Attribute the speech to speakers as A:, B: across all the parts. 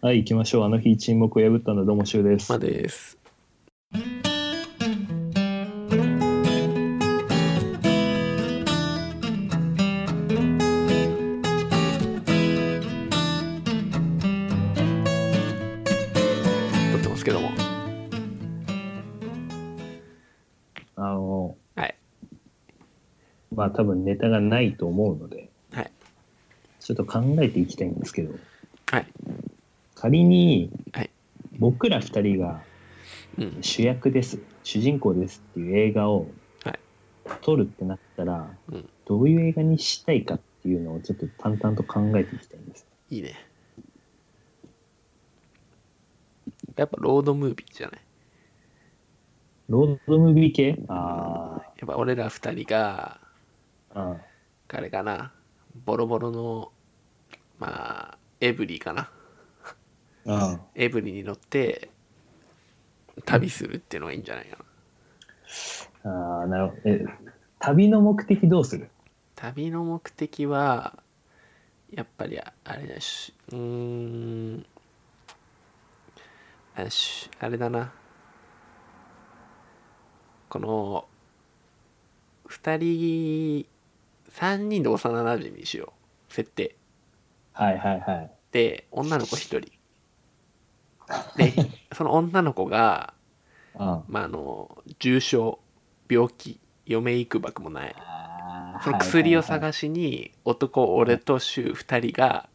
A: はい、行きましょう。あの日沈黙を破ったのどうもしゅうです。
B: まです。撮ってますけども、
A: あの、
B: はい、
A: まあ多分ネタがないと思うので、
B: はい、
A: ちょっと考えていきたいんですけど、
B: はい、
A: 仮に、
B: はい
A: 僕ら二人が
B: うん、
A: 主役です、主人公ですっていう映画を
B: はい
A: 撮るってなったら、
B: うん
A: どういう映画にしたいかっていうのをちょっと淡々と考えていきたいんです。
B: いいね。やっぱロードムービーじゃない。
A: ロードムービー系あ
B: やっぱ俺ら二人が
A: ーあー、
B: 彼かなボロボロのまあエブリィかな
A: ああ。
B: エブリィに乗って旅するっていうのがいいんじゃないかな
A: ああ、なるほど。え、旅の目的どうする
B: 旅の目的はやっぱりああれだしうーんあしあれだなこの2人3人で幼なじみにしよう設定
A: はいはいはい。
B: で女の子1人でその女の子が、
A: うん。
B: まあ、あの重症病気嫁いくばくもない
A: あー
B: その薬を
A: はいはいはい
B: 探しに男俺と柊2人が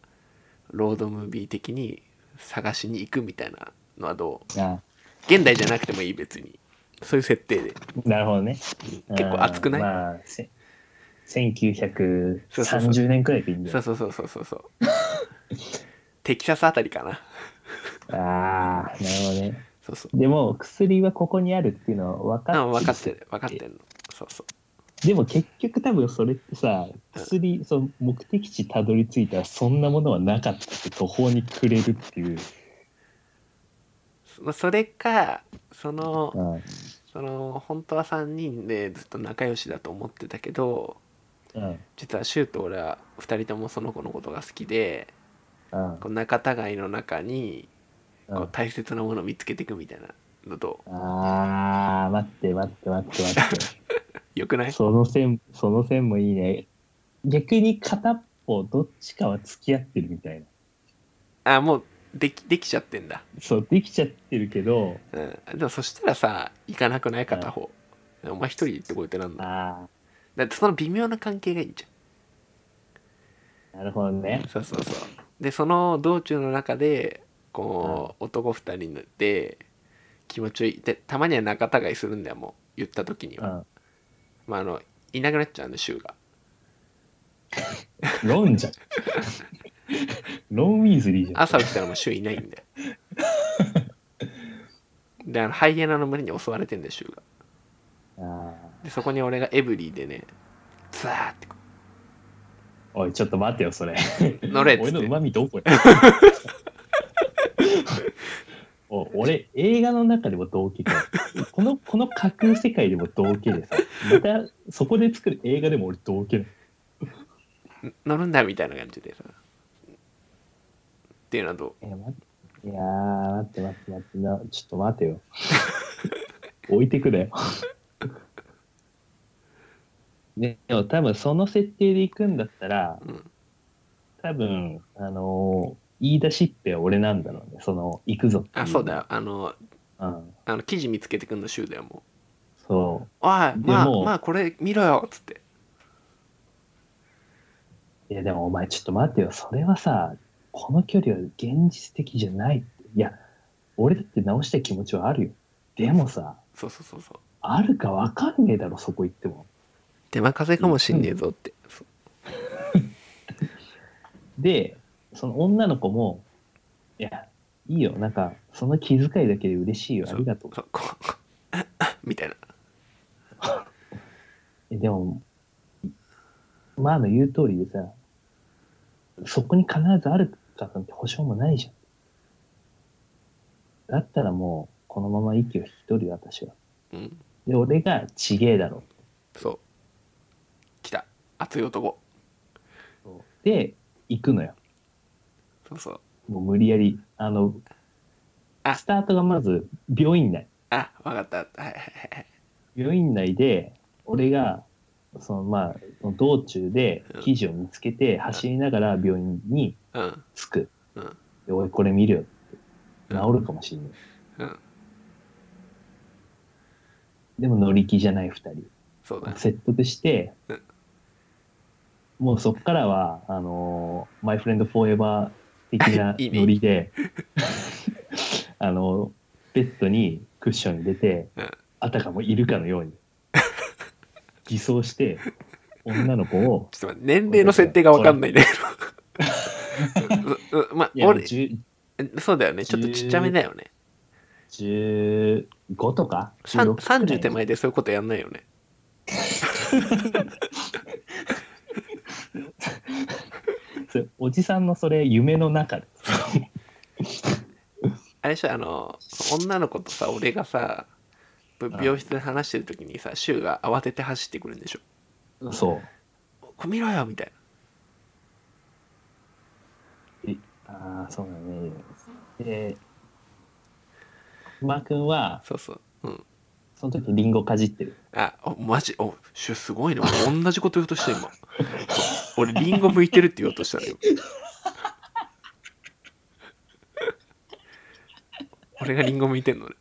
B: ロードムービー的に探しに行くみたいなのはどう
A: あ
B: 現代じゃなくてもいい別にそういう設定で
A: なるほどね。
B: 結構熱くない
A: うんまあ、せ1930年くらいでいいんだ
B: そう
A: よ。
B: そうそうそうそうそうテキサスあたりかな
A: ああ、なるほどね。
B: そうそう
A: でも、薬はここにあるっていうのは分
B: あ
A: かって
B: 分かってる分かってるのそうそう
A: でも結局多分それってさ、薬、その目的地たどり着いたらそんなものはなかったって途方に暮れるっていう。
B: まあそれかその
A: うん。
B: その本当は3人でずっと仲良しだと思ってたけど
A: うん。
B: 実はシュウと俺は2人ともその子のことが好きで
A: うん。
B: こう仲違いの中に
A: う
B: こ
A: ん
B: う大切なものを見つけていくみたいなのと
A: あー、待って待って待って待っ
B: よくな
A: て。
B: い
A: その線、その線もいいね。逆に片っぽどっちかは付き合ってるみたいな。
B: あもうできできちゃってんだ、
A: そう、できちゃってるけど、
B: うん、でもそしたらさ行かなくない片方、お前一人で行ってこいってなんだ
A: あ
B: だってその微妙な関係がいいじ
A: ー、なるほど
B: ゃ
A: ね
B: ん。そうそうそうでその道中の中でこう男2人で気持ちをいいでたまには仲違いするんだよもう言った時に
A: う
B: は、
A: ん。
B: まあ、あのいなくなっちゃうんで柊が
A: ロンじゃん。ロン・ウィーズリーじゃん。
B: 朝起きたらもう柊いないんだよであのハイエナの群れに襲われてんだよ柊が
A: あ
B: でそこに俺がエブリィでねザーってこ
A: ーおい、ちょっと待ってよ、それ。
B: う乗れっつ
A: 俺
B: っ
A: の
B: て
A: 旨味どこやお俺映画の中でも同期でこのこの架空世界でも同期でさまたそこで作る映画でも俺同期なの
B: 乗るんだみたいな感じでさっていうのはどう
A: え待っていやー待って待って待ってなちょっと待てよ 置いてくだよ ねでも多分その設定で行くんだったら
B: うん
A: 多分あのー言い出しって俺なんだろうねその行くぞってい
B: あそうだよあの
A: うん
B: あの記事見つけてくんの柊だよも
A: そう
B: う「おいまあ
A: でもう
B: まあこれ見ろよ」っつって
A: いやでもお前ちょっと待ってよそれはさこの距離は現実的じゃないっていや俺だって直したい気持ちはあるよでもさ
B: そうそうそうそう
A: あるか分かんねえだろそこ行っても
B: 手間風かもしんねえぞって、そう
A: でその女の子もいやいいよなんかその気遣いだけで嬉しいよありがとう
B: そうこう みたいな
A: えでもまあの言う通りでさそこに必ずあるかなんて保証もないじゃんだったらもうこのまま息を引き取るよ私は
B: うん
A: で、俺がちげえだろ
B: そう来た熱い男
A: と。で、行くのよ。
B: そうそう
A: もう無理やり、あの、
B: あ
A: スタートがまず病院内。
B: あわかったはいはいはい
A: 病院内で、俺が、そのまあ、その道中で記事を見つけて、走りながら病院に
B: うん
A: 着く。
B: うん
A: でおい、これ見るよ。
B: うん
A: 治るかもしれない。
B: うん
A: でも乗り気じゃない二人。
B: そうだ
A: 説得して
B: うん、
A: もうそっからは、あのーマイフレンドフォーエバー的 な
B: いいね
A: ノリで、 あのベッドにクッション入れて
B: うん、
A: あたかもいるかのように、 偽装して、女の子を、
B: ちょっと待って年齢の設定がわかんないんだけどうん うんまあ
A: いや
B: 俺
A: 10
B: そうだよねちょっとちっちゃめだよね
A: 15とか
B: さん
A: 16くらい
B: 30手前でそういうことやんないよね
A: それおじさんのそれ、夢の中 で。
B: あれでしょあの女の子とさ俺がさぶ
A: うん
B: 美容室で話してる時にさ柊が慌てて走ってくるんでしょ
A: そう。
B: これ見ろよみたい
A: ああ、そうだね。で、マー君は
B: な、そうそううん
A: その時リンゴかじってる。
B: あおマジお柊すごいね俺同じこと言おうとした今俺リンゴ向いてるって言おうとした のよ俺がリンゴ向いてんのね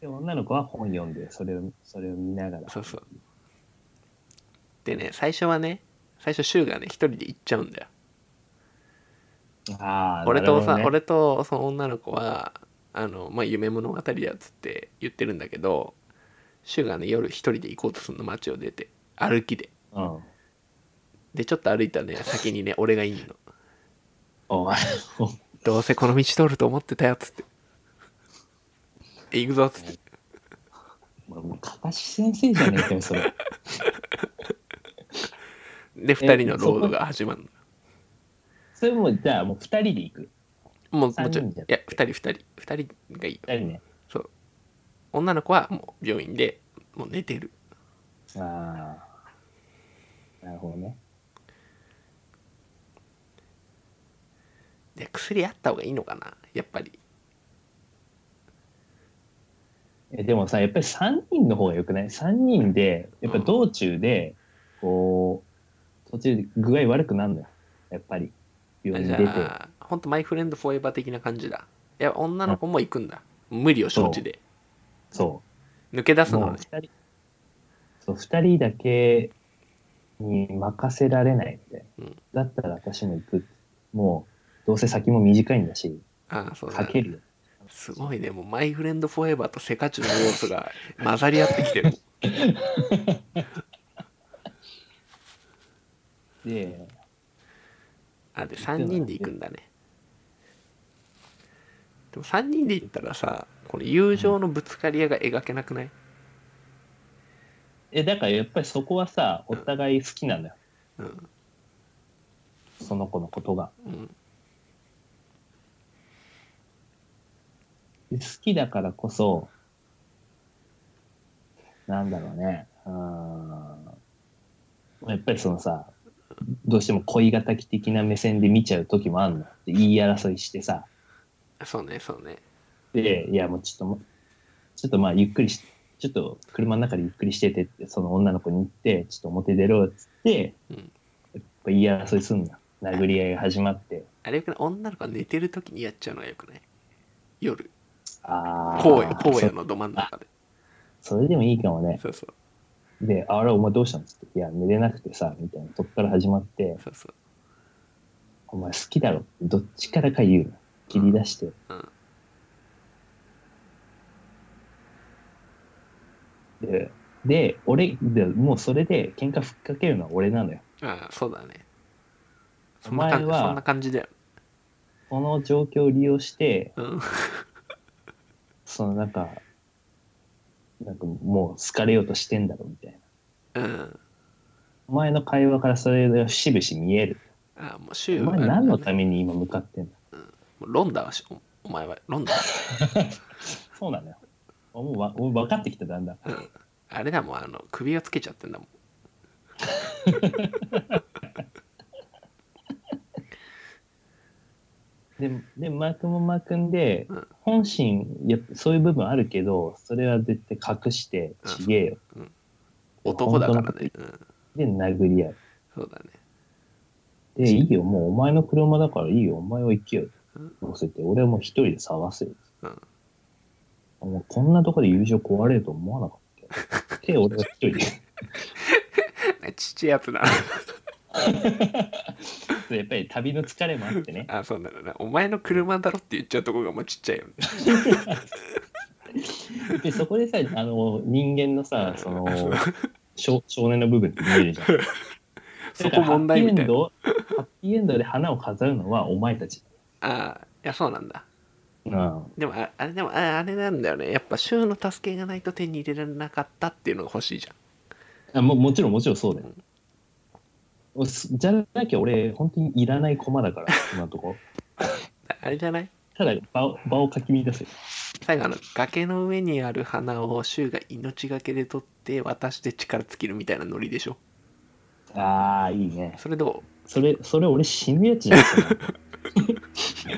A: で、女の子は本読んで、それを、それを見ながら。
B: そうそうでね最初はね最初柊がね一人で行っちゃうんだよ
A: ああ、
B: 俺とさ、
A: なるほどね
B: 俺とその女の子はあの、まあ、夢物語だっつって言ってるんだけど柊がね夜一人で行こうとするの街を出て歩きで
A: うん。
B: でちょっと歩いたね先にね俺がいんの
A: お前、
B: どうせこの道通ると思ってたよっつって行くぞっつって
A: お前もう、かたし先生じゃねえかよ、そ れ。
B: で二人のロードが始まる
A: それも、じゃあ、もう二人で行く。
B: のもうもちろ
A: 三
B: ん
A: 人
B: い
A: じゃなくて
B: や二人二人二人がいいよ
A: 二人ね。
B: 女の子はもう病院でもう寝てる
A: ああ。なるほどね。
B: で薬あった方がいいのかなやっぱり
A: えでもさ、やっぱり3人の方がよくない ?3 人で、やっぱ道中で、こう、途中で具合悪くなるのよ。やっぱり。病
B: じ
A: 院
B: ゃ
A: 出て。
B: あほんとマイフレンドフォーエバー的な感じだいや女の子も行くんだ無理を承知で
A: そ
B: 抜け出
A: う。
B: す
A: も
B: の
A: う
B: ね
A: 2人、そう、二人だけに任せられないみたいな。
B: うん
A: だったら私も行く。もう、どうせ先も短いんだし、
B: ああそうだ
A: かけるよ。
B: すごいねもうマイフレンドフォーエバーとセカチュの要素が混ざり合ってきてる
A: で、
B: あで3人で行くんだねでも3人で行ったらさこの友情のぶつかり合いが描けなくない、
A: え、だからやっぱりそこはさ、お互い好きなんだよ。
B: うん
A: その子のことが。
B: うん、
A: 好きだからこそ、なんだろうね。うーんやっぱりそのさ、どうしても恋敵的な目線で見ちゃう時もあんの。で言い争いしてさ。
B: そうねそうね
A: で、いやもうちょっとも、ちょっとまあゆっくりし、ちょっと車の中でゆっくりしててって、その女の子に言って、ちょっと表出ろっつって、
B: うん
A: やっぱ言い争いすんの。殴り合いが始まって。
B: あれよくない女の子が寝てる時にやっちゃうのがよくない夜
A: ああ。
B: 荒野荒野
A: そ
B: のど真ん中で
A: それでもいいかもね。
B: そうそう
A: で、あれ、お前どうしたのつって、いや、寝れなくてさ、みたいなとこから始まって、
B: そうそう
A: お前好きだろ、どっちからか言うの。切り出して。
B: うん
A: で、で、俺、でもうそれで喧嘩ふっかけるのは俺なのよ。
B: ああそうだねそ
A: お
B: んな
A: 前
B: 感じそんな
A: は、
B: 感じだよ、
A: この状況を利用して、
B: うん、
A: そのなんか、なんかもう好かれようとしてんだろ、みたいな。
B: うん
A: お前の会話からそれが節々見える。
B: ああもう
A: お
B: 週
A: 前何のために今向かってんだ
B: ロンダはしおお前はロンダは
A: そうなのよ。もうわもう分かってきた、だんだん。
B: あれだもんあの首をつけちゃってんだもん
A: ででマークもマークんで、
B: うん
A: 本心やっぱそういう部分あるけどそれは絶対隠して
B: うん
A: ちげえよ
B: 男だからね、うん、
A: で殴り合う
B: そうだね
A: でいいよもうお前の車だからいいよお前は行けよ
B: うん
A: 乗せて俺はもう一人で探せよ、
B: うん
A: もうこんなとこで友情壊れると思わなかった よ手俺が一人
B: ね ちっちゃいやつだ
A: でやっぱり旅の疲れもあってね
B: あそうなのねお前の車だろって言っちゃうとこがもうちっちゃいよね
A: でそこでさあの人間のさそ の少少年の部分って見えるじゃん
B: そこ問題みたいな
A: だからハッピーエンドハッピーエンドで花を飾るのはお前たち。
B: ああいやそうなんだ
A: うん。
B: でもああれでもああれなんだよねやっぱ週の助けがないと手に入れられなかったっていうのが欲しいじゃん
A: あももちろんもちろんそうだよ。おすじゃなきゃ俺本当にいらない駒だから今のとこ。
B: あれじゃない
A: ただ場を場をかき乱すよ。
B: 最後あの崖の上にある花を柊が命がけで取って渡して力尽きるみたいなノリでしょ
A: ああいいね。
B: それど
A: それそれ俺死ぬやつじゃん。そんなの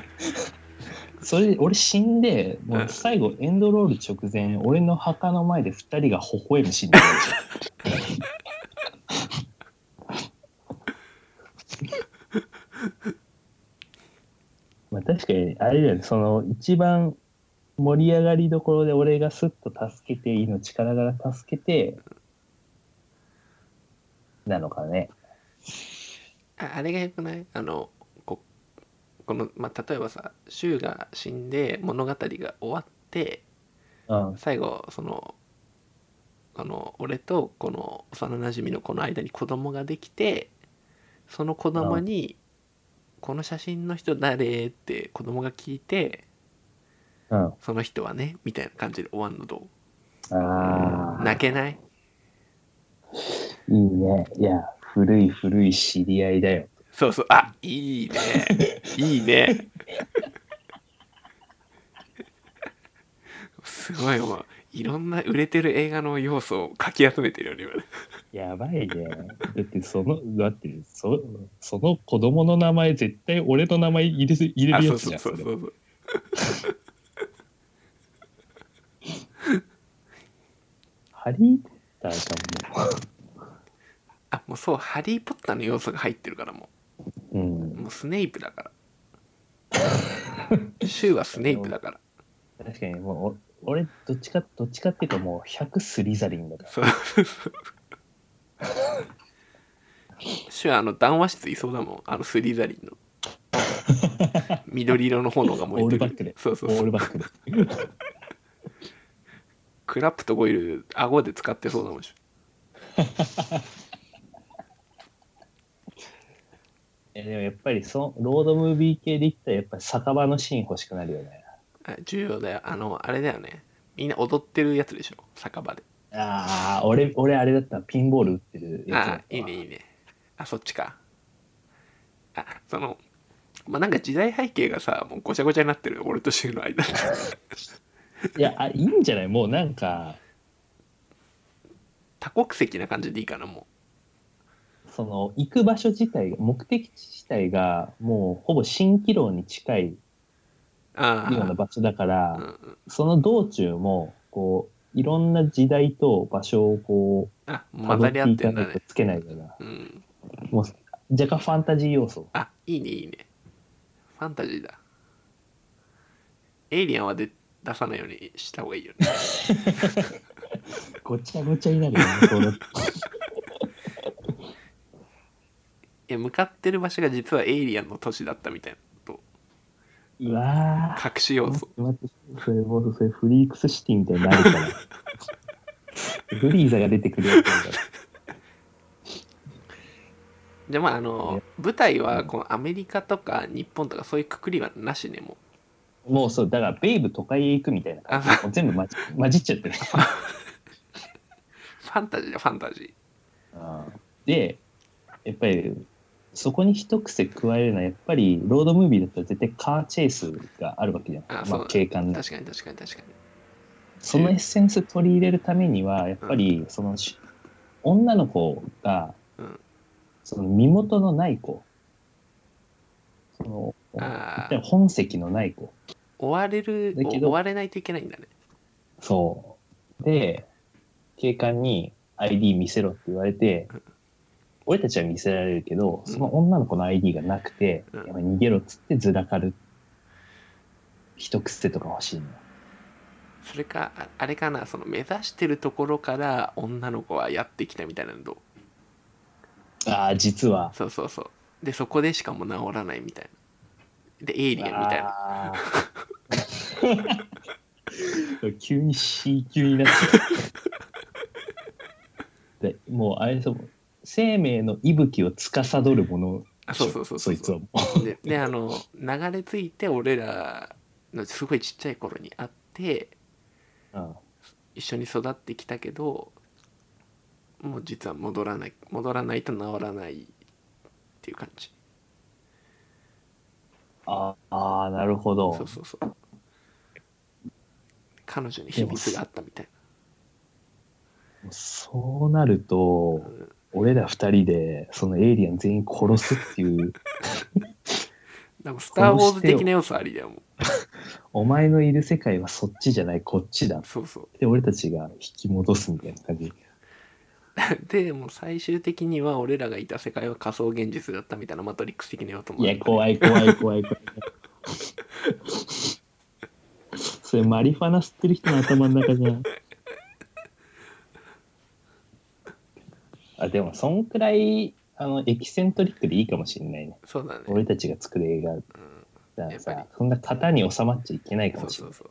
A: それ俺死んでもう最後エンドロール直前俺の墓の前で二人が微笑むシーンだったでしょ まあ確かにあれだよねその一番盛り上がりどころで俺がスッと助けて命からがら助けてなのかね
B: うああれがよくないあのここの、まあ、例えばさ柊が死んで物語が終わって
A: うん
B: 最後そのあの俺とこの幼なじみのこの間に子供ができてその子供に「この写真の人誰?」って子供が聞いて
A: うん
B: 「その人はね」みたいな感じで終わんのど
A: あ
B: う
A: あ、
B: 泣けない
A: いいね。いや、古い古い知り合いだよ。
B: そうそうあいいねいいねすごいもういろんな売れてる映画の要素をかき集めてるよね今ね
A: やばいね。だって、その、だってそ、その子供の名前、絶対俺の名前入れず入れ
B: あ
A: る
B: そ
A: や
B: う
A: つ
B: そ
A: じゃ。
B: うんそうそうそう
A: ハリー・ポッターか
B: あもうそう「ハリー・ポッター」の要素が入ってるからも
A: も。うん
B: う。もうスネイプだから シューはスネイプだから
A: 確かに、もう、お俺、どっちか、どっちかっていうか、もう、100スリザリンだから。
B: そうそうそうシューはあの談話室いそうだもんあのスリザリンの緑色の炎が燃え
A: オール
B: てる
A: バックで
B: そうそう
A: オ
B: そ
A: ー
B: う
A: ルバックで。
B: クラップとゴイル顎で使ってそうだもんし
A: えでもやっぱりそ、ロードムービー系で言ったら、やっぱり酒場のシーン欲しくなるよね。
B: あ重要だよあのあれだよねみんな踊ってるやつでしょ酒場で
A: ああ、俺、俺あれだったピンボール打ってるやつだ
B: あ
A: った
B: いいねいいねあそっちかあそのまあなんか時代背景がさもうごちゃごちゃになってる俺とシュウの 間
A: いやあ、いいんじゃないもうなんか、
B: 多国籍な感じでいいかなも
A: その行く場所自体目的地自体がもうほぼ蜃気楼に近いよ
B: うあ
A: うな場所だか
B: あ、
A: ら、
B: うんうん、
A: その道中もこういろんな時代と場所をこ
B: あ
A: う
B: 混ざり合ってんだ
A: と
B: ね
A: つけないような
B: うん
A: もう若干ファンタジー要素
B: あいいねいいねファンタジーだエイリアンはで出さないようにした方がいい よね
A: ごちゃごちゃになるよ ねこの
B: いや向かってる場所が実はエイリアンの都市だったみたいなと
A: うわー
B: 隠し要素
A: 待ってそれもうそれフリークスシティみたいになるからフリーザが出てくるやつだから
B: じゃあまああの舞台はこのアメリカとか日本とかそういうくくりはなしねもう
A: もうそう、だから、ベイブ都会へ行くみたいな感じ
B: あ。
A: もう全部混じ混じっちゃってる。
B: ファンタジーだよファンタジー
A: で、やっぱり、そこに一癖加えるのは、やっぱり、ロードムービーだったら絶対カーチェイスがあるわけじゃん。
B: あそう
A: まあ、景観の。
B: 確かに確かに確かに
A: そのエッセンス取り入れるためには、やっぱり、そのし、女の子が
B: うん、
A: その身元のない子、その、
B: あ
A: で
B: あ
A: も本籍のない子。
B: 追われる
A: だけど
B: 追われないといけないんだね
A: そう。で、警官に ID 見せろって言われて
B: うん、
A: 俺たちは見せられるけど、その女の子の ID がなくて、
B: うん
A: やっぱ逃げろっつってずらかる。一癖とか欲しいの。
B: それかああれかなその目指してるところから女の子はやってきたみたいなのどう
A: ああ、実は。
B: そうそうそうでそこでしかも治らないみたいなでエイリアンみたいな
A: あー 急に C 級になっちゃう。 でもうあれそう生命の息吹を司るもの
B: あそうそうそう
A: そ
B: そう
A: いつはもう
B: でであの流れ着いて俺らのすごいちっちゃい頃に会って
A: うん
B: 一緒に育ってきたけどもう実は戻らない戻らないと治らないっていう感じ
A: ああなるほど
B: そうそうそう彼女に秘密があったみたい
A: そうなると
B: な、うん
A: 俺ら二人でそのエイリアン全員殺すっていう
B: なんかスター・ウォーズ的な要素ありだよもう
A: お前のいる世界はそっちじゃないこっちだっ
B: そうそう
A: て俺たちが引き戻すみたいな感じ
B: でもう最終的には俺らがいた世界は仮想現実だったみたいなマトリックス的な要素も
A: い
B: ある
A: や怖い怖い怖い怖いそれマリファナ吸ってる人の頭の中じ ゃんあでもそんくらいあのエキセントリックでいいかもしれないね
B: そうだね、
A: 俺たちが作る映画
B: うん、
A: だから
B: やっぱ
A: さそんな型に収まっちゃいけないか
B: そ
A: も
B: う
A: しれ
B: そ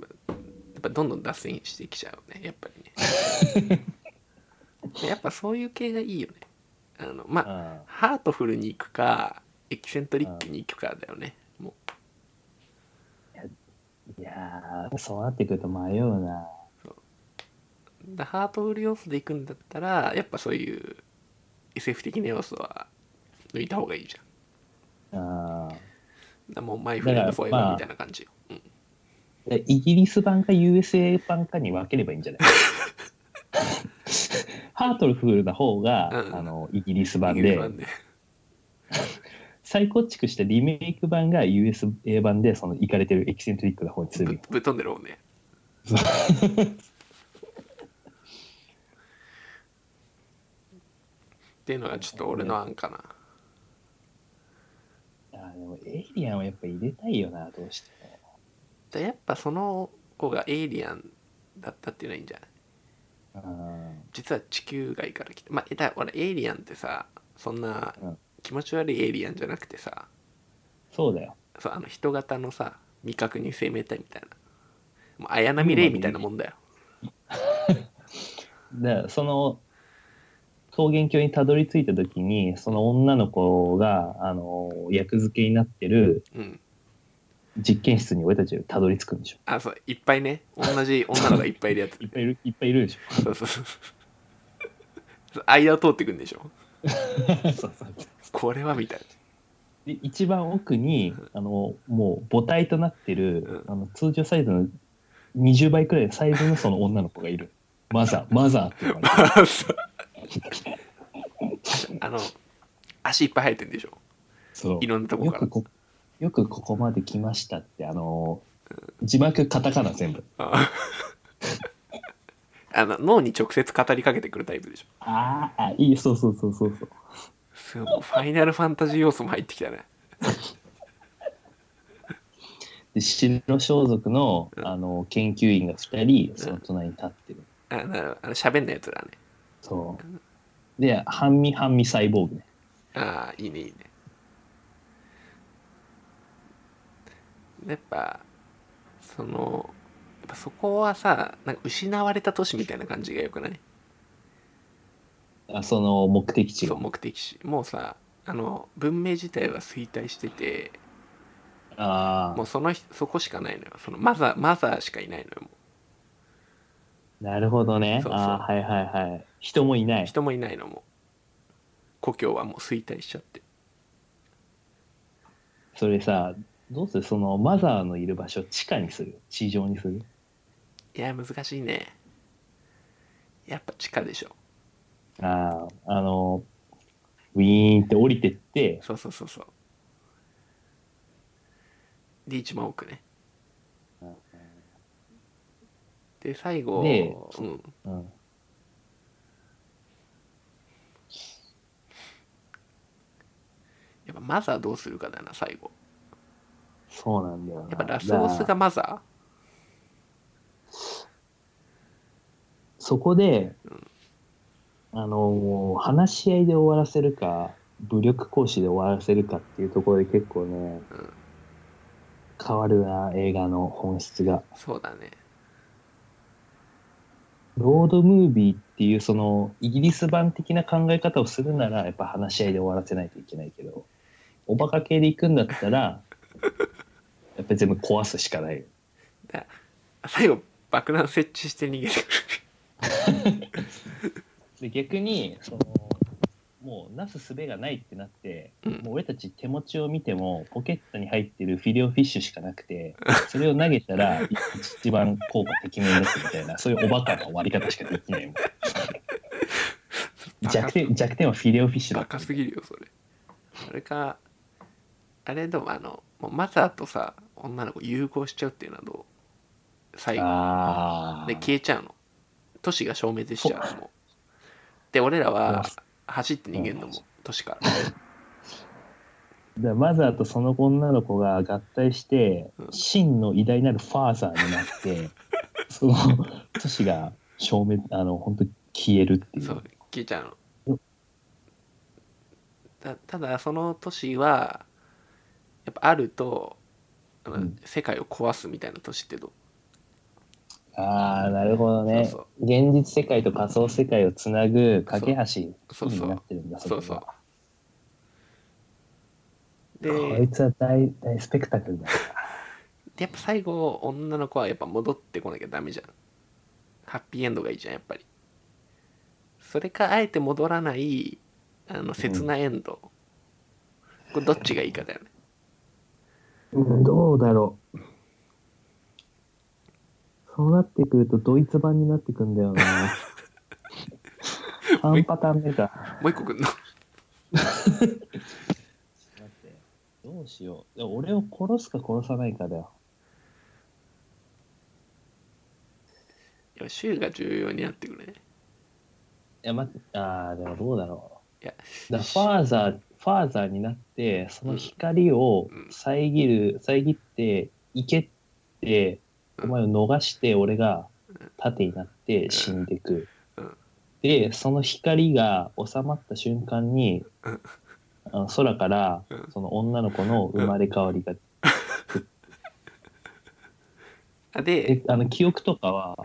A: ないう
B: そうまやっぱどんどん脱線してきちゃうねやっぱりね でやっぱそういう系がいいよねあのま
A: あ
B: あハートフルに行くかエキセントリックに行くかだよねも
A: あいやーそうなってくると迷うな
B: うだハートフル要素で行くんだったらやっぱそういう SF 的な要素は抜いた方がいいじゃ
A: あ
B: んだもうマイフレンドフォーエバーみたいな感じよ、うん
A: ーでイギリス版か USA 版かに分ければいいんじゃ ないハートフルな方が、
B: うん
A: あのイギリス版
B: イギリス
A: で
B: 版で
A: 再構築したリメイク版が USA 版でそのいかれてるエキセントリックな方にす
B: ぶ
A: る
B: ぶっ飛んでる方 ねっていうのがちょっと俺の案かな
A: あーでもエイリアンはやっぱ入れたいよなどうしても
B: じゃあやっぱその子がエイリアンだったっていうのはいいんじゃない
A: あ
B: 実は地球外から来てまあだ俺エイリアンってさそんな
A: うん
B: 気持ち悪いエイリアンじゃなくてさ
A: ーそうだよ
B: そうあの人型のさ未確認生命体みたいなもう綾波レイみたいなもんだよ
A: だからその桃源郷にたどり着いた時にその女の子があの役付けになってる
B: うん
A: 実験室に俺たちがたどり着くんでしょ
B: あそういっぱいね同じ女の子がいっぱいいるやつ
A: いっぱいいるいっぱいいるでし
B: そうそうそうそう間を通ってくんでしょ
A: ょ そうそう
B: これはみたい
A: で一番奥にあのもう母体となってる、
B: う
A: あの通常サイズの20倍くらいのサイズのその女の子が いるマザーマザーって呼ばれ
B: な
A: て
B: あの足いっぱい生えてんでしょ
A: そう
B: いろんなとこ
A: よ
B: か
A: く
B: ら
A: こよくここまで来ましたってあの字幕カタカナ全部
B: ああの脳に直接語りかけてくるタイプでしょ
A: あーあいいそうそうそうそうそう
B: すごいもうファイナルファンタジー要素も入ってきたね
A: で白装束の
B: うん
A: あの研究員が2人その隣に立ってる、
B: あのあの喋んないやつらね
A: そうで半身半身サイボーグね
B: ああいいねいいねやっぱそのやっぱそこはさなんか失われた都市みたいな感じがよくない
A: あその目的地
B: そ
A: が
B: う目的地もうさあの文明自体は衰退してて
A: あ
B: もうそのひそこしかないのよそのマザーマザーしかいないのよも
A: あなるほどね
B: そうそう
A: ああーはいはいはい人もいな
B: う
A: い
B: 人もいないのもう故郷はもう衰退しちゃって
A: それさどうするそのマザーのいる場所地下にする地上にする
B: いや難しいねやっぱ地下でしょ
A: あああのウィーンって降りてって
B: そうそうそうそうで一番多くね
A: うん
B: で最後、
A: で
B: うん、
A: うん。
B: やっぱマザーどうするかだな最後
A: そうなんだよな。
B: やっぱラスボス
A: だか
B: が
A: ら
B: マザ
A: そこで
B: ん、
A: あの、もう話し合いで終わらせるか、武力行使で終わらせるかっていうところで結構ね、
B: うん
A: 変わるな、映画の本質が。
B: ーそうだね
A: ロードムービーっていうそのイギリス版的な考え方をするならやっぱ話し合いで終わらせないといけないけどおバカ系で行くんだった らやっぱり全部壊すしかないよ
B: 最後爆弾設置して逃げてくる
A: で逆にそのもうなすすべがないってなって
B: うん
A: もう俺たち手持ちを見てもポケットに入ってるフィレオフィッシュしかなくてそれを投げたら一番効果てきめになるみたいなそういうおバカな終わり方しかできないもん
B: バカ
A: 弱点弱点はフィレオフィッシュだ
B: バカすぎるよそれそれかあれでもあのもうマザーとさ女の子融合しちゃうっていうのはどう最後
A: ああ
B: で消えちゃうの都市が消滅しちゃうのもうで俺らは走って逃げるのも都市か
A: だ
B: ら
A: からマザーとその女の子が合体して、
B: うん
A: 真の偉大なるファーザーになって、その 都市が消滅、あの、本当に消えるってい。
B: そうう消えちゃう
A: う
B: のたただその都市はやっぱあるとあの
A: うん
B: 世界を壊すみたいな都市ってどう
A: ああ、なるほどね
B: そう
A: 現実世界と仮想世界をつなぐ架け
B: そ
A: 橋
B: う
A: に
B: そ
A: な
B: う
A: ってるんだ、
B: そうそう
A: れがこ
B: で
A: いつは大大スペクタクルだ。
B: でやっぱ最後女の子はやっぱ戻ってこなきゃダメじゃんハッピーエンドがいいじゃんやっぱりそれかあえて戻らないあの切なエンド、これどっちがいいかだよね
A: うんどうだろう。そうなってくるとドイツ版になってくんだよ な。3パターン目か。
B: もう一個くんの
A: 待ってどうしよういや俺を殺すか殺さないかだよ
B: いや州が重要になってくるね
A: いやまあーでもどうだろう
B: いや
A: だファーザーファーザーになってその光を
B: うん
A: 遮る、遮っていけって
B: う
A: お
B: ん
A: 前を逃して俺が盾になって死んでく、
B: うん
A: でその光が収まった瞬間に、
B: うん
A: あの空から
B: うん
A: その女の子の生まれ変わりが、
B: あで
A: であの記憶とかは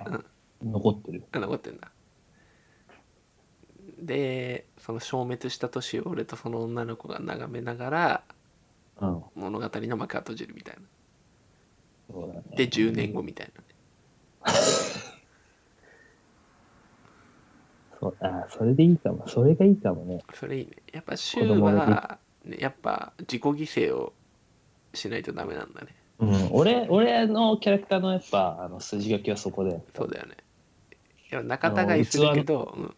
B: うん
A: 残ってる、
B: あ残ってんだでその消滅した都市を俺とその女の子が眺めながら
A: うん
B: 物語の幕は閉じるみたいな
A: そうだね
B: で10年後みたいな
A: そうあーそれでいいかもそれがいいかもね
B: それいいねやっぱ州
A: 子供の
B: は、ね、やっぱ自己犠牲をしないとダメなんだね
A: うん俺俺のキャラクターのやっぱあの筋書きはそこで
B: そうだよねいや仲違いするけど、うん、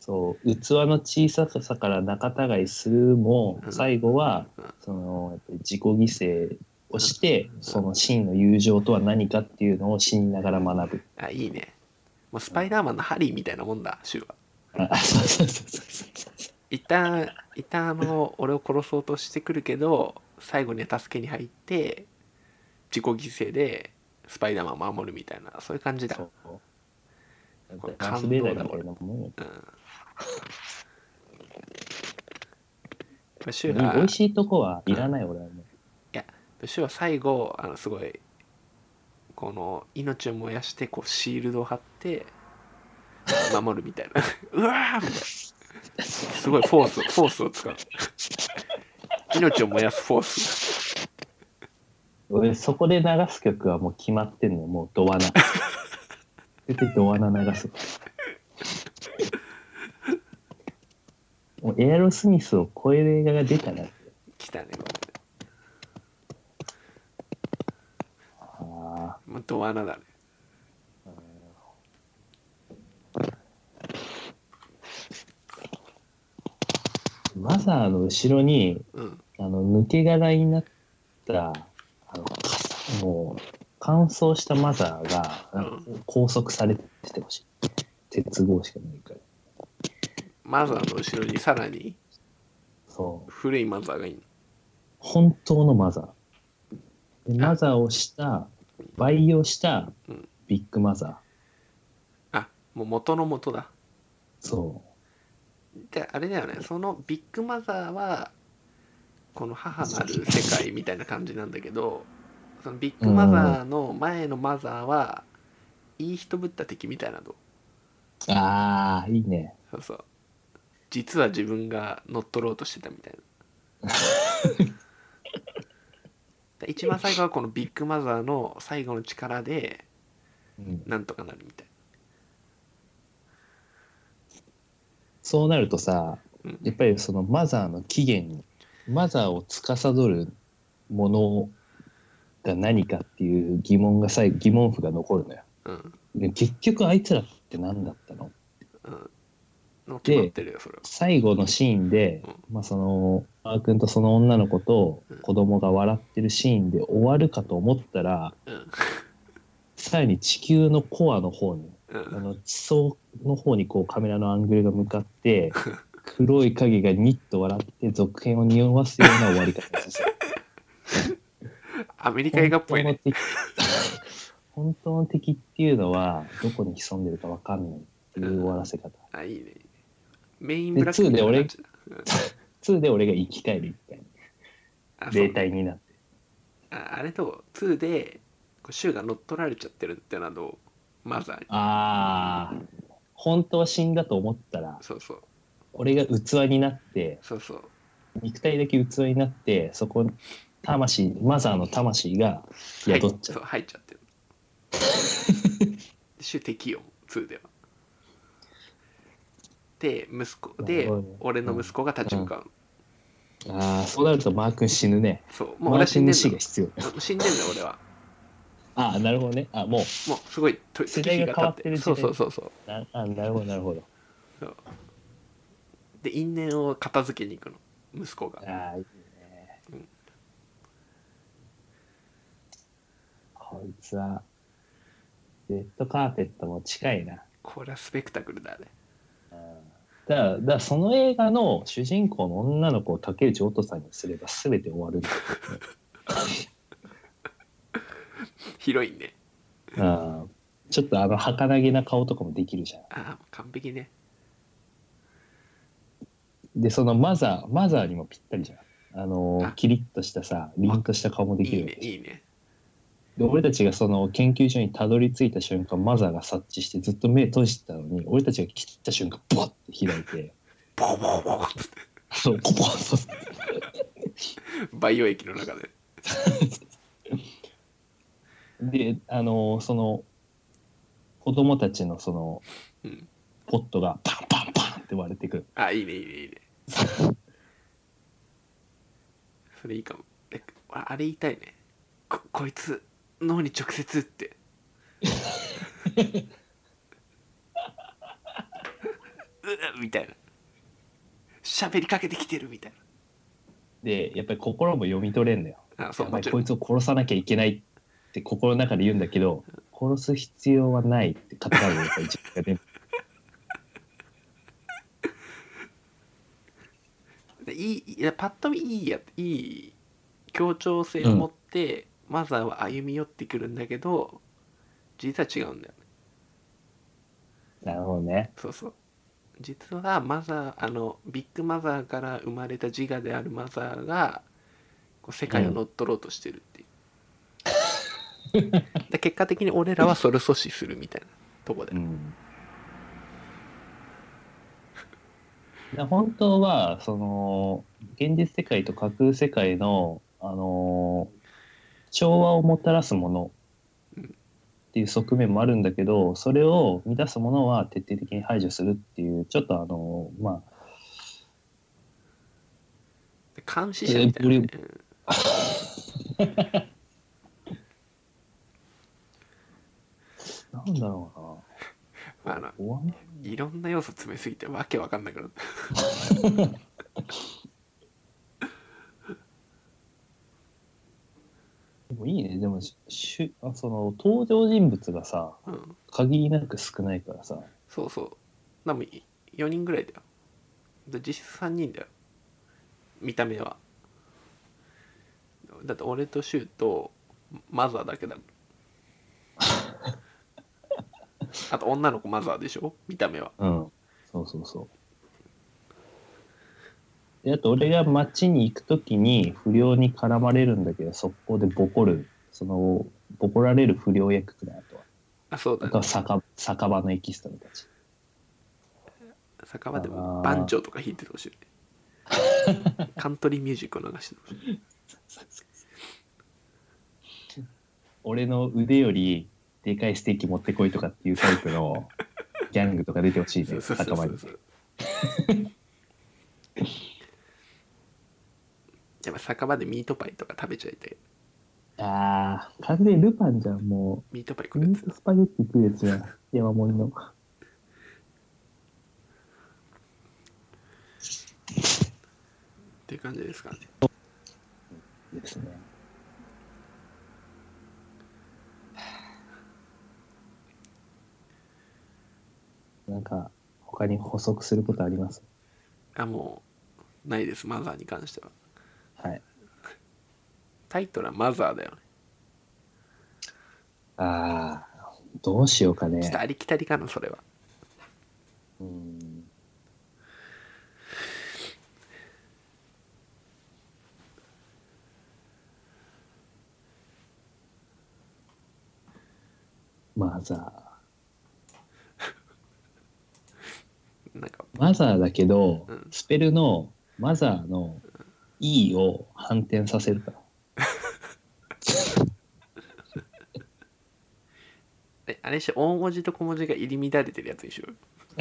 A: そう器の小ささから仲違いするも
B: うん
A: 最後は
B: うん
A: そのやっぱり自己犠牲をしてその真の友情とは何かっていうのを死にながら学ぶ
B: あいいねもうスパイダーマンのハリーみたいなもんだ州は
A: あそうそうそうそう
B: 一旦一旦あの俺を殺そうとしてくるけど最後には助けに入って自己犠牲でスパイダーマンを守るみたいなそういう感じだ
A: そう
B: う、
A: そう
B: これ
A: ダンスベイダーみたいなもんよ
B: ん、やっぱシュ
A: 美
B: が
A: 味しいとこはいらない俺はも
B: シュは最後あのすごいこの命を燃やしてこうシールドを張って守るみたいな うわーみたいなすごいフォースフォースを使う命を燃やすフォース
A: う俺そこで流す曲はもう決まってんのよもうドアナ出てドアナ流すもうエアロスミスを超える映画が出たなって
B: 来たねこれ
A: あ
B: もうドアナだね
A: ーマザーの後ろに
B: うん
A: あの抜け殻になったあのもう乾燥したマザーがなんか拘束されててほしい鉄棒しかないから
B: マザーの後ろにさらに
A: そう
B: 古いマザーがいいの
A: 本当のマザーでマザーをした培養した
B: うん
A: ビッグマザー
B: あもう元の元だ
A: そ
B: であれだよねそのビッグマザーはこの母なる世界みたいな感じなんだけどそのビッグマザーの前のマザーはいい人ぶった敵みたいなの
A: うああいいね
B: そうそう実は自分が乗っ取ろうとしてたみたいなで一番最後はこのビッグマザーの最後の力で
A: うん
B: なんとかなるみたい
A: そうなるとさ
B: な、う
A: や
B: ん
A: っぱりそのマザーの起源にマザーを司るものが何かっていう疑問がさ疑問符が残るのよ
B: うん
A: で結局あいつらって何だったの
B: うん、の決まってるよそれは
A: 最後のシーンで、まあ、そのマー君とその女の子と子供が笑ってるシーンで終わるかと思ったら
B: うん
A: さらに地球のコアの方に
B: う
A: あ
B: ん
A: の地層の方にこうカメラのアングルが向かって 黒い影がニッと笑って続編を匂わすような終わり方ですよ。
B: アメリカ映画っぽいね
A: 本当の敵本当の敵っていうのはどこに潜んでるかわかんないっていう終わらせ方。
B: あいいねメインブラック
A: で2で俺
B: みたいな感じだ
A: 2で俺が生き返るみたい
B: うんあ
A: な
B: そう
A: 霊体になって。
B: ああれと2でこうシュウが乗っ取られちゃってるってなどマザーに
A: ああ本当は死んだと思ったら
B: そうそう
A: 俺が器になって
B: そうそう
A: 肉体だけ器になってそこ魂マザーの魂が宿っちゃう
B: はい、そう入っち ゃってる主敵よ2ではで息子
A: す
B: で
A: ごいね
B: 俺の息子が立ち向かう、
A: ああそうなるとマー君死ぬね
B: そうもう
A: マ
B: 俺は
A: ー
B: 死
A: 君
B: ん
A: の
B: で
A: 死が
B: んだ
A: 必要
B: 死んでんだよ俺は
A: ああなるほどねあもう
B: もうすごいと
A: 世代が変わってる時
B: そ
A: 代
B: うそうそうそう
A: なあなるほどなるほど
B: で因縁を片付けに行くの息子が
A: ああいいね
B: うん
A: こいつはレッドカーペットも近いな
B: これはスペクタクルだね
A: だからだからその映画の主人公の女の子を竹内音さんにすれば全て終わるんだ
B: 広いね
A: うんちょっとあの儚げな顔とかもできるじゃ
B: ああ完璧ね
A: んでそのマザーマザーにもぴったりじゃんあの
B: あ
A: キリッとしたさ凛とした顔もでき
B: いい
A: るわ
B: ね
A: けじゃん
B: いいね
A: で俺たちがその研究所にたどり着いた瞬間マザーが察知してずっと目閉じてたのに俺たちが切った瞬間ボワッて開い て
B: ボコボコボコっつって
A: そうコポッと
B: 培養液の中で
A: であのその子供たちのその
B: うん
A: ポットがパンパンパンって割れてくる
B: あいいねいいねいいねそれいいかもえああれ言いたいねここいつ脳に直接ってうっみたいな喋りかけてきてるみたい
A: でやっぱり心も読み取れんだよ
B: なあそう
A: やば
B: も
A: い
B: ち
A: こ
B: ろ
A: い
B: ん
A: つを殺さなきゃいけないって心の中で言うんだけど殺す必要はないって語るのが一番ね
B: でいいいやパッと見いいやいい協調性を持って、マザーは歩み寄ってくるんだけど実は違うんだよね
A: なるほどね
B: そうそう実はマザーあのビッグマザーから生まれた自我であるマザーがこう世界を乗っ取ろうとしてるっていう、で結果的に俺らはそれを阻止するみたいなとこで、
A: うんだから 本当はその現実世界と架空世界のあの調和をもたらすものっていう側面もあるんだけどそれを乱すものは徹底的に排除するっていうちょっとあのまあ
B: で監視者みたいなね、うん
A: なんだろうな。
B: あの
A: 終わん
B: いろんな要素詰めすぎてわけわかんなくなった
A: でももいいねでもししゅあその登場人物がさ
B: うん
A: 限りなく少ないからさ
B: そうそうでも4人ぐらいだよで実質3人だよ見た目はだって俺とシューとマザーだけだもんあと女の子マザーでしょ見た目は
A: うんそうそうそうであと俺が街に行くときに不良に絡まれるんだけど速攻でボコるそのボコられる不良役くらいあとは
B: あそうだ
A: あと
B: ね
A: は酒酒場のエキストラたち
B: 酒場で
A: あ
B: も
A: ー
B: バンジョーとか弾いててほしいねカントリーミュージックを流しててほしい
A: 俺の腕よりでかいステーキ持ってこいとかっていうタイプ のギャングとか出てほしい
B: そ
A: ね
B: うそうそう
A: 酒場に
B: そうやっぱ酒場でミートパイとか食べちゃいたい
A: ああ完全にルパンじゃんも
B: ミートパイ
A: う
B: 食う
A: ミ
B: や
A: ー
B: つ
A: トスパゲッティ食うやつやん山盛りの
B: っていう感じですかね
A: ですねなんか他に補足することあります
B: あもうないですマザーに関しては
A: はい
B: タイトルはマザーだよね
A: ああどうしようか
B: ちょっ
A: ね
B: とありきたりかなそれは
A: うんマザ
B: なんか
A: ーマザーだけど、
B: うん
A: スペルのマザーの E を反転させるから
B: えあれして大文字と小文字が入り乱れてるやつにしよう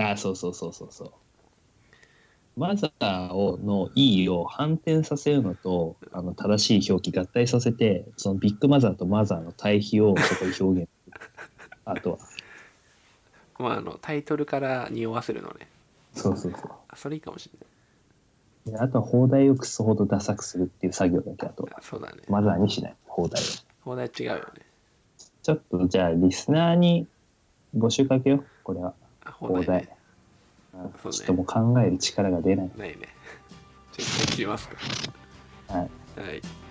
B: よ
A: ああ、そうそうそうそうそう。マザーをの E を反転させるのとあの正しい表記合体させてそのビッグマザーとマザーの対比をそこに表現するあとは
B: まああのタイトルから匂わせるのね
A: そうそうそ
B: あそれいいかもしれな
A: うであとは放題をくすほどダサくするっていう作業だけあと
B: いあそうだね
A: マザーにしない放題を
B: 放題違うよね
A: ちょっとじゃあリスナーに募集かけようこれは
B: あ放
A: 放
B: 題ね
A: 題、うん
B: そうね
A: ちょっともう考える力が出ない
B: ないね。じゃあ一回切りますか。
A: はい
B: はい。